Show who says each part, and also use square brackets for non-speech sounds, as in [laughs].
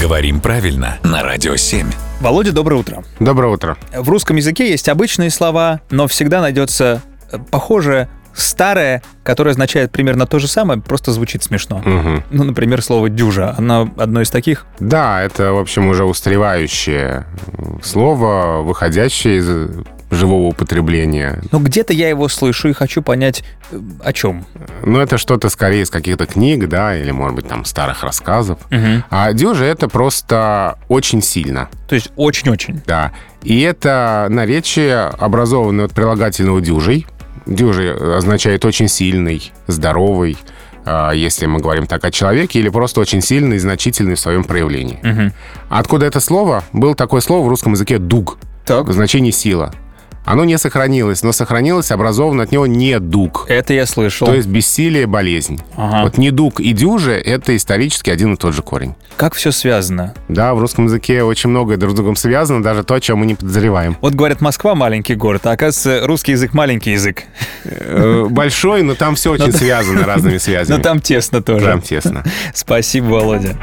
Speaker 1: Говорим правильно на Радио 7.
Speaker 2: Володя, доброе утро.
Speaker 3: Доброе утро.
Speaker 2: В русском языке есть обычные слова, но всегда найдется э, похожее, старое, которое означает примерно то же самое, просто звучит смешно.
Speaker 3: Мгм.
Speaker 2: Ну, например, слово «дюжа». Оно одно из таких.
Speaker 3: Да, это, в общем, уже устаревающее м, слово, выходящее из э, живого употребления.
Speaker 2: Но где-то я его слышу и хочу понять, э, о чем.
Speaker 3: Но это что-то скорее из каких-то книг, да, или, может быть, там старых рассказов. А дюжа — это просто очень сильно,
Speaker 2: То есть очень-очень.
Speaker 3: да. И это наречие, образованное от прилагательного дюжей. Дюжий означает очень сильный, здоровый, а, если мы говорим так о человеке, или просто очень сильный и значительный в своем проявлении.
Speaker 2: Мгм.
Speaker 3: Откуда это слово? Было такое слово в русском языке «дуг»,
Speaker 2: Так.
Speaker 3: в значении «сила». Оно не сохранилось, но сохранилось, образовано от него «недуг»,
Speaker 2: Это я слышал.
Speaker 3: то есть бессилие, болезнь.
Speaker 2: Ага.
Speaker 3: Вот «недуг» и «дюже» — это исторически один и тот же корень.
Speaker 2: Как все связано?
Speaker 3: Да, в русском языке очень многое друг с другом связано, даже то, о чем мы не подозреваем.
Speaker 2: Вот говорят, Москва маленький город, а оказывается, русский язык маленький язык.
Speaker 3: Э,
Speaker 2: [laughs]
Speaker 3: Большой, но там все очень связано разными
Speaker 2: Но
Speaker 3: связями.
Speaker 2: там Ну, тесно Ну, тоже.
Speaker 3: Прям тесно.
Speaker 2: Спасибо, Володя.